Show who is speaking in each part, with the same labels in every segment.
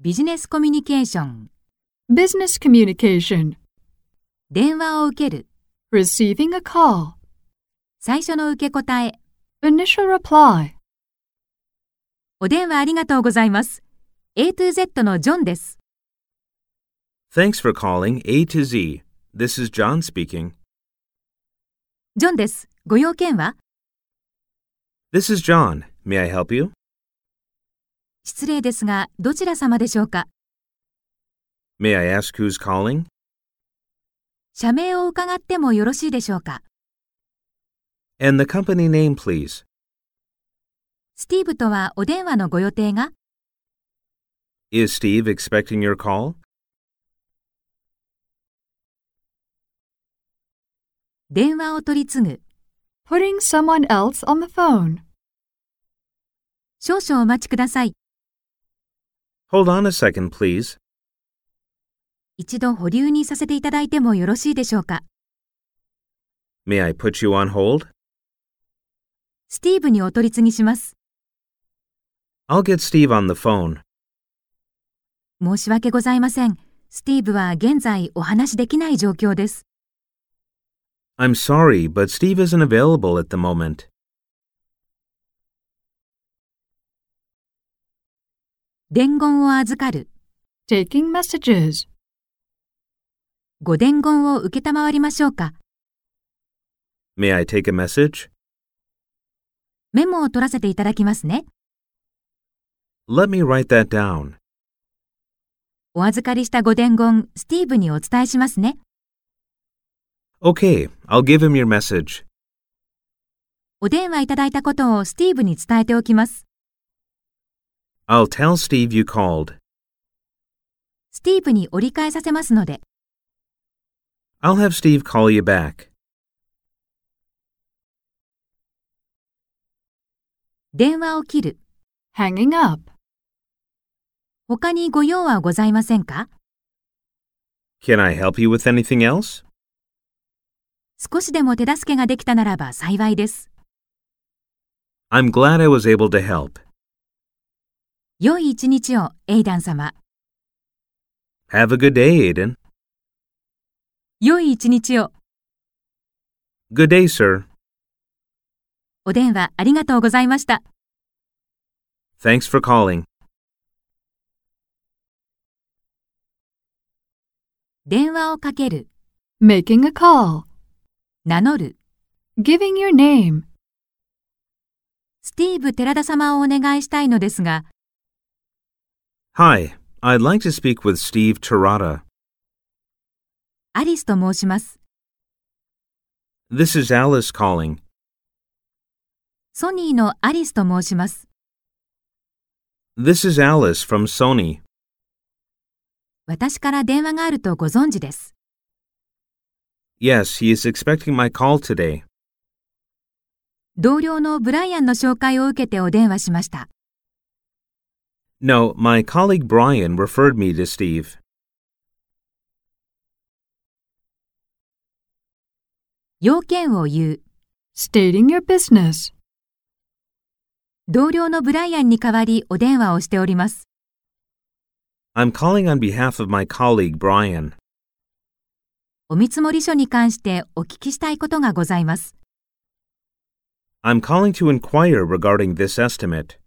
Speaker 1: ビジネスコミュニケーション、
Speaker 2: business communication,
Speaker 1: 電話を受ける、
Speaker 2: receiving a call,
Speaker 1: 最初の受け答え、
Speaker 2: initial reply.
Speaker 1: お電話ありがとうございます。A to Z のジョンです。
Speaker 3: Thanks for calling A to Z. This is John speaking.
Speaker 1: ジョンです。ご用件は
Speaker 3: This is John. May I help you?
Speaker 1: 失礼ですが、どちら様でしょうか
Speaker 3: May I ask who's calling?
Speaker 1: 社名を伺ってもよろしいでしょうか
Speaker 3: And the company name, please.
Speaker 1: スティーブとはお電話のご予定が
Speaker 3: Is Steve expecting your call?
Speaker 1: 電話を取り次ぐ。
Speaker 2: Putting someone else on the phone.
Speaker 1: 少々お待ちください。
Speaker 3: Hold on a second, please.
Speaker 1: 一度保留にさせていただいてもよろしいでしょうか
Speaker 3: May I put you on hold?
Speaker 1: スティーブにお取り次ぎします。
Speaker 3: I'll get Steve on the phone.
Speaker 1: 申し訳ございません。スティーブは現在お話しできない状況です。
Speaker 3: I'm sorry, but Steve isn't available at the moment.
Speaker 1: 伝言を預かる。
Speaker 2: Taking messages.
Speaker 1: ご伝言を受けたまわりましょうか。
Speaker 3: May I take a message?
Speaker 1: メモを取らせていただきますね。
Speaker 3: Let me write that down.
Speaker 1: お預かりしたご伝言、スティーブにお伝えしますね。
Speaker 3: Okay, I'll give him your message.
Speaker 1: お電話いただいたことをスティーブに伝えておきます。
Speaker 3: I'll tell Steve you called.
Speaker 1: スティーブに折り返させますので、
Speaker 3: I'll have Steve call you back.
Speaker 1: 電話を切る。
Speaker 2: Hanging up.
Speaker 1: 他にご用はございませんか
Speaker 3: Can I help you with anything else?
Speaker 1: 少しでも手助けができたならば幸いです。
Speaker 3: I'm glad I was able to help.
Speaker 1: 良い一日を、エイダン様。
Speaker 3: Have a good day, Aiden.
Speaker 1: 良い一日を。
Speaker 3: Good day, sir.
Speaker 1: お電話ありがとうございました。
Speaker 3: Thanks for calling.
Speaker 1: 電話をかける。
Speaker 2: Making a call.
Speaker 1: 名乗る。
Speaker 2: Giving your name.
Speaker 1: スティーブ寺田様をお願いしたいのですが、
Speaker 3: Hi, I'd like to speak with Steve Tirada.
Speaker 1: アリスと申します。
Speaker 3: This is Alice calling.
Speaker 1: ソニーのアリスと申します。
Speaker 3: This is Alice from Sony.
Speaker 1: 私から電話があるとご存知です。
Speaker 3: Yes, he is expecting my call today.
Speaker 1: 同僚のブライアンの紹介を受けてお電話しました。
Speaker 3: No, my colleague Brian referred me to Steve.
Speaker 1: 要件を言う。
Speaker 2: Stating your business.
Speaker 1: 同僚のブライアンに代わりお電話をしております。
Speaker 3: I'm calling on behalf of my colleague Brian.
Speaker 1: お見積書に関してお聞きしたいことがございます。
Speaker 3: I'm calling to inquire regarding this estimate.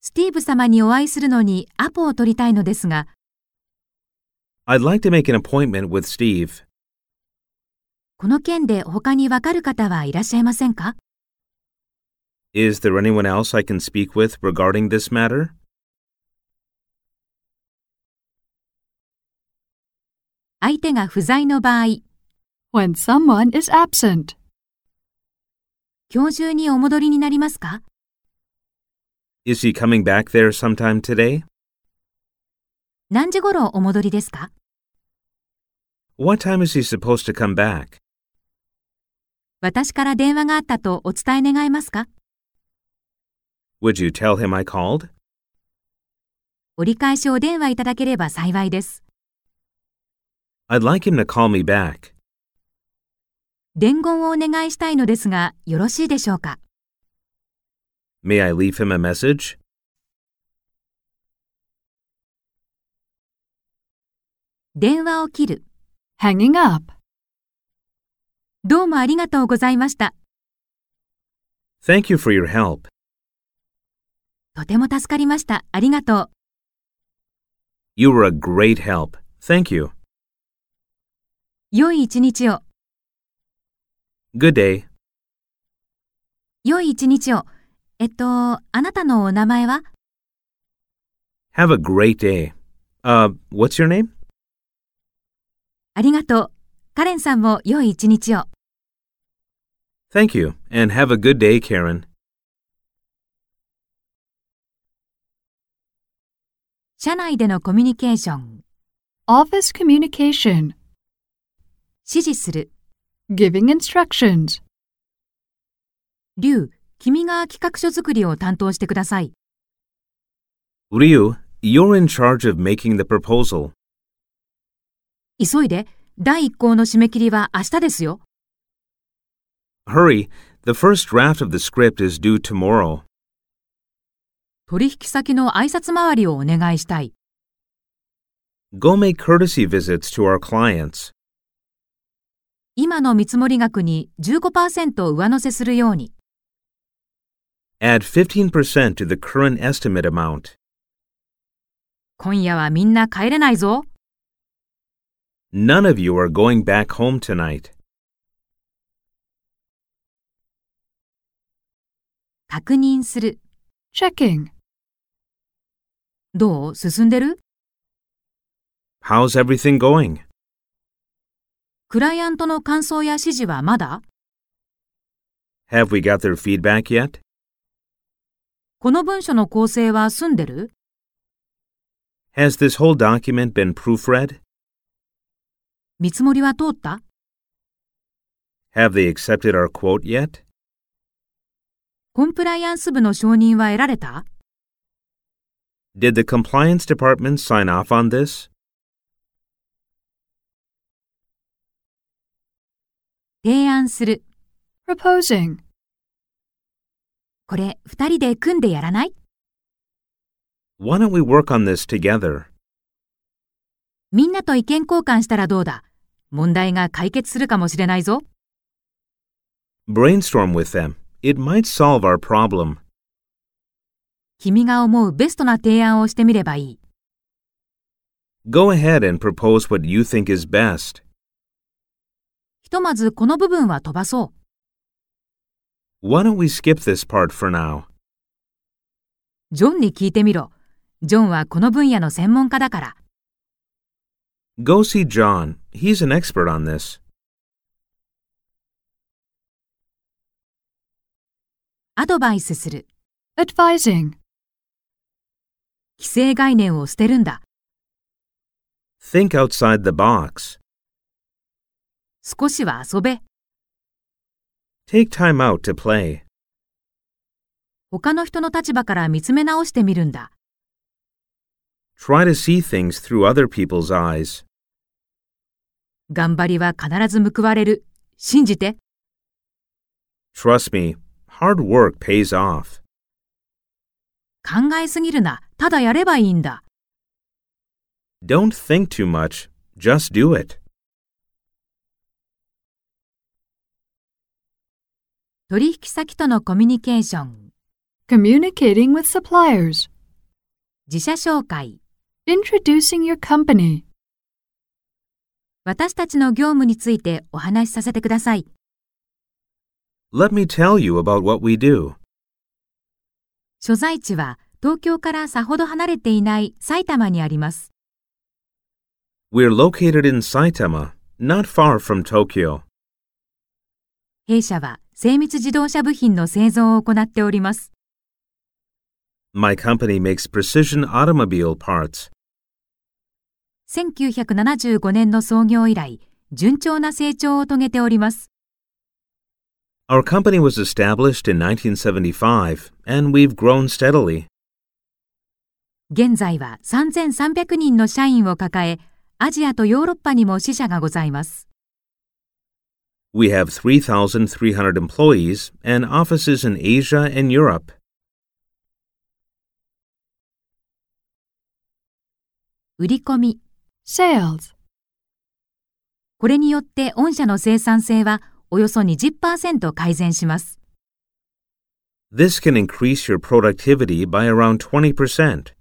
Speaker 1: スティーブ様にお会いするのにアポを取りたいのですが、
Speaker 3: I'd like to make an appointment with Steve.
Speaker 1: この件で他にわかる方はいらっしゃいませんか
Speaker 3: Is there anyone else I can speak with regarding this matter?
Speaker 1: 相手が不在の場合、
Speaker 2: When someone is absent.
Speaker 1: 今日中にお戻りになりますか
Speaker 3: Is he coming back there sometime today?
Speaker 1: 何時頃お戻りですか
Speaker 3: What time is he supposed to come back?
Speaker 1: 私から電話があったとお伝え願えますか
Speaker 3: Would you tell him I called?
Speaker 1: 折り返しお電話いただければ幸いです。
Speaker 3: I'd like him to call me back.
Speaker 1: 伝言をお願いしたいのですが、よろしいでしょうか
Speaker 3: May I leave him a message?
Speaker 1: 電話を切る。
Speaker 2: hanging up.
Speaker 1: どうもありがとうございました。
Speaker 3: Thank you for your help.
Speaker 1: とても助かりました。ありがとう。
Speaker 3: You were a great help. Thank you.
Speaker 1: 良い一日を。
Speaker 3: Good day.
Speaker 1: 良い一日を。えっと、あなたのお名前は
Speaker 3: Have a great day. Uh, what's your name?
Speaker 1: ありがとう。カレンさんも良い一日を。
Speaker 3: Thank you, and have a good day, Karen.
Speaker 1: 「社内でのコミュニケーション」
Speaker 2: Office communication.
Speaker 1: 「指示する」
Speaker 2: Giving instructions.
Speaker 1: 「龍、君が企画書作りを担当してください」
Speaker 3: Ryu, you're in charge of making the proposal.
Speaker 1: 「急いで、第一項の締め切りは明日ですよ」
Speaker 3: Hurry, the first draft of the script is due tomorrow.
Speaker 1: 「取引先の挨拶回りをお願いしたい」
Speaker 3: Go make courtesy visits to our clients.
Speaker 1: 「今の見積もり額に15%上乗せするように」
Speaker 3: Add 15% to the current estimate amount.
Speaker 1: 「今夜はみんな帰れないぞ」
Speaker 3: None of you are going back home tonight.
Speaker 1: 「確認する」
Speaker 2: Checking.
Speaker 1: 「どう進んでる
Speaker 3: How's everything going?
Speaker 1: クライアントの感想や指示はまだ
Speaker 3: Have we got their feedback yet?
Speaker 1: この文書の構成は済んでる
Speaker 3: Has this whole document been proofread?
Speaker 1: 見積もりは通った
Speaker 3: Have they accepted our quote yet?
Speaker 1: コンプライアンス部の承認は得られた
Speaker 3: Did the compliance department sign off on this?
Speaker 1: 提案する。
Speaker 2: Proposing.
Speaker 1: これ、二人で組んでやらない
Speaker 3: Why don't we work on this together?
Speaker 1: みんなと意見交換したらどうだ問題が解決するかもしれないぞ。
Speaker 3: Brainstorm with them. It might solve our problem.
Speaker 1: 君が思うベストな提案をしてみればいい。
Speaker 3: Go ahead and propose what you think is best.
Speaker 1: ひとまずこの部分は飛ばそう。
Speaker 3: Why don't we skip this part for now?
Speaker 1: ジョンに聞いてみろ。ジョンはこの分野の専門家だから。
Speaker 3: Go see John. He's an expert on this.
Speaker 1: アドバイスする。
Speaker 2: Advising.
Speaker 1: 規制概念を捨てるんだ。
Speaker 3: Think outside the box.
Speaker 1: 少しは遊べ。
Speaker 3: Take time out to play.
Speaker 1: 他の人の立場から見つめ直してみるんだ。
Speaker 3: Try to see things through other people's eyes.
Speaker 1: 頑張りは必ず報われる。信じて。
Speaker 3: Trust me, hard work pays off.
Speaker 1: 考えすぎるな。ただやればいいんだ。
Speaker 3: Don't think too much, just do it.
Speaker 1: 取引先とのコミュニケーション、
Speaker 2: Communicating with suppliers.
Speaker 1: 自社紹介、
Speaker 2: Introducing your company.
Speaker 1: 私たちの業務についてお話しさせてください。
Speaker 3: Let me tell you about what we do.
Speaker 1: 所在地は東京からさほど離れていない埼玉にあります。
Speaker 3: We're located in Saitama, not far from Tokyo.
Speaker 1: 弊社は精密自動車部品の製造を行っております。
Speaker 3: My company makes precision automobile parts.
Speaker 1: 1975年の創業以来、順調な成長を遂げております。
Speaker 3: Our company was established in 1975, and we've grown steadily.
Speaker 1: 現在は3300人の社員を抱え、アジアとヨーロッパにも支社がございます。
Speaker 3: We have 3,300 employees and offices in Asia and Europe.
Speaker 1: 売り込み、
Speaker 2: Sales.
Speaker 1: これによって御社の生産性はおよそ20%改善します。
Speaker 3: This can increase your productivity by around 20%.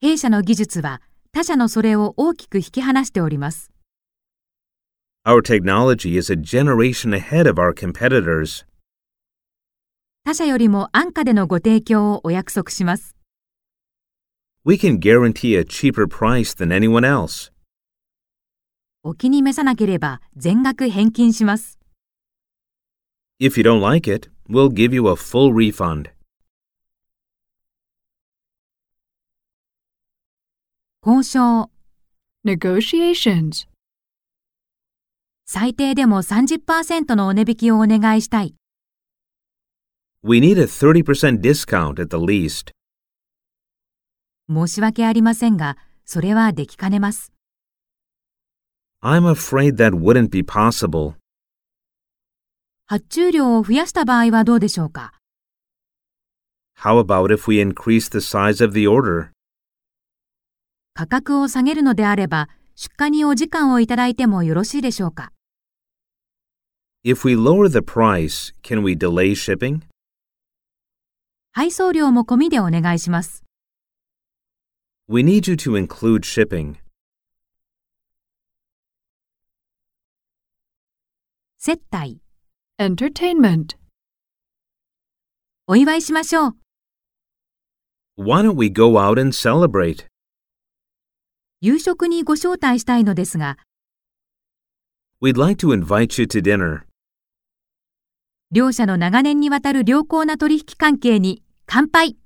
Speaker 1: 弊社の技術は他社のそれを大きく引き離しております。
Speaker 3: Our technology is a generation ahead of our competitors.
Speaker 1: 他社よりも安価でのご提供をお約束します。
Speaker 3: We can guarantee a cheaper price than anyone else.
Speaker 1: お気に召さなければ全額返金します。
Speaker 3: If you don't like it, we'll give you a full refund.
Speaker 1: 交渉、
Speaker 2: negotiations,
Speaker 1: 最低でも30%のお値引きをお願いしたい。
Speaker 3: We need a 30% discount at the least.
Speaker 1: 申し訳ありませんが、それはできかねます。
Speaker 3: I'm afraid that wouldn't be possible.
Speaker 1: 発注量を増やした場合はどうでしょうか
Speaker 3: How about if we increase the size of the order?
Speaker 1: 価格を下げるのであれば、出荷にお時間をいただいてもよろしいでしょうか
Speaker 3: If we lower the price, can we delay shipping?
Speaker 1: 配送料も込みでお願いします。
Speaker 3: We need you to include shipping.
Speaker 1: 接待、
Speaker 2: entertainment.
Speaker 1: お祝いしましょう。
Speaker 3: Why don't we go out and celebrate?
Speaker 1: 夕食にご招待したいのですが、
Speaker 3: We'd like to invite you to dinner.
Speaker 1: 両社の長年にわたる良好な取引関係に乾杯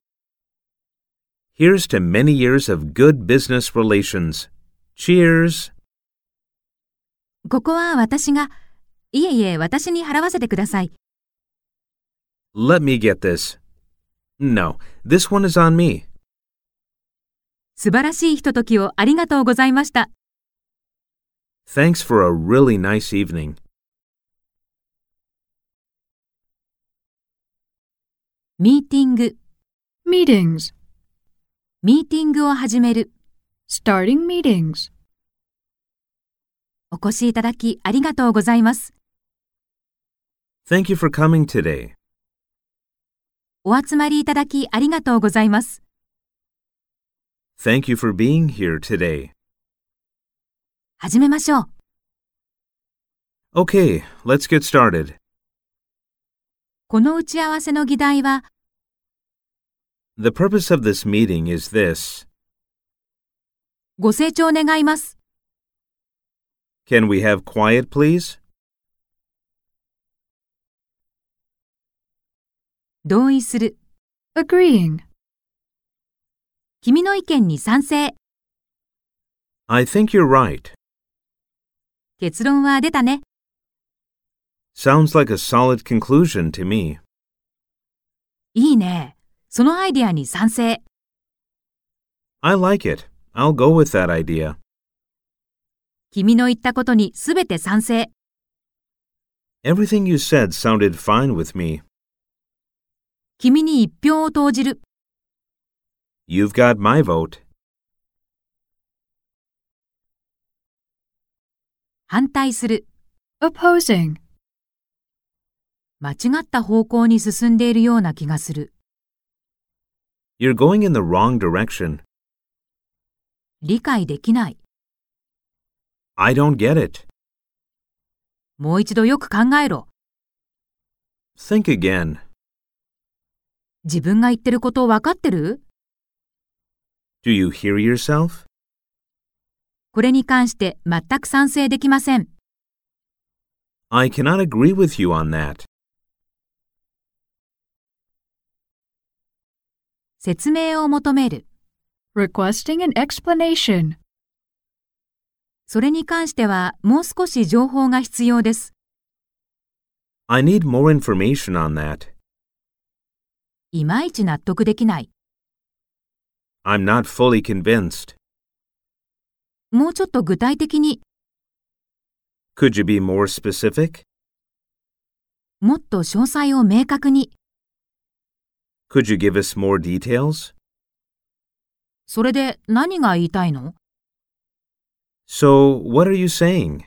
Speaker 3: Here's to many years of good business relations. Cheers!
Speaker 1: ここは私が、いえいえ私に払わせてください。
Speaker 3: Let me get this. No, this one is on me.
Speaker 1: 素晴らしいひとときをありがとうございました。
Speaker 3: Thanks for a really nice evening.
Speaker 1: ミーティング、
Speaker 2: Meetings.
Speaker 1: ミーティングを始める。
Speaker 2: Starting meetings.
Speaker 1: お越しいただきありがとうございます。
Speaker 3: Thank you for coming today.
Speaker 1: お集まりいただきありがとうございます。
Speaker 3: Thank you for being here today.
Speaker 1: 始めましょう。
Speaker 3: Okay, let's get started.
Speaker 1: この打ち合わせの議題は、
Speaker 3: The purpose of this meeting is this.
Speaker 1: ご清聴願います。
Speaker 3: Can we have quiet, please?
Speaker 1: 同意する。
Speaker 2: Agreeing.
Speaker 1: 君の意見に賛成。
Speaker 3: I think you're right.
Speaker 1: 結論は出たね。
Speaker 3: Sounds like a solid conclusion to me.
Speaker 1: いいね。そのアイディアに賛成。
Speaker 3: I like it. I'll go with that idea.
Speaker 1: 君の言ったことにすべて賛成。
Speaker 3: Everything you said sounded fine with me.
Speaker 1: 君に一票を投じる。
Speaker 3: You've got my vote.
Speaker 1: 反対する。
Speaker 2: Opposing.
Speaker 1: 間違った方向に進んでいるような気がする。
Speaker 3: You're going in the wrong direction.
Speaker 1: 理解できない。
Speaker 3: I don't get it.
Speaker 1: もう一度よく考えろ。
Speaker 3: Think again.
Speaker 1: 自分が言ってることを分かってる
Speaker 3: Do you hear yourself?
Speaker 1: これに関して全く賛成できません。
Speaker 3: I cannot agree with you on that.
Speaker 1: 説明を求める。
Speaker 2: Requesting an explanation.
Speaker 1: それに関してはもう少し情報が必要です。
Speaker 3: I need more information on that.
Speaker 1: いまいち納得できない。
Speaker 3: I'm not fully convinced.
Speaker 1: もうちょっと具体的に、
Speaker 3: Could you be more specific?
Speaker 1: もっと詳細を明確に。
Speaker 3: Could you give us more details?
Speaker 1: それで何が言いたいの
Speaker 3: So, what are you saying?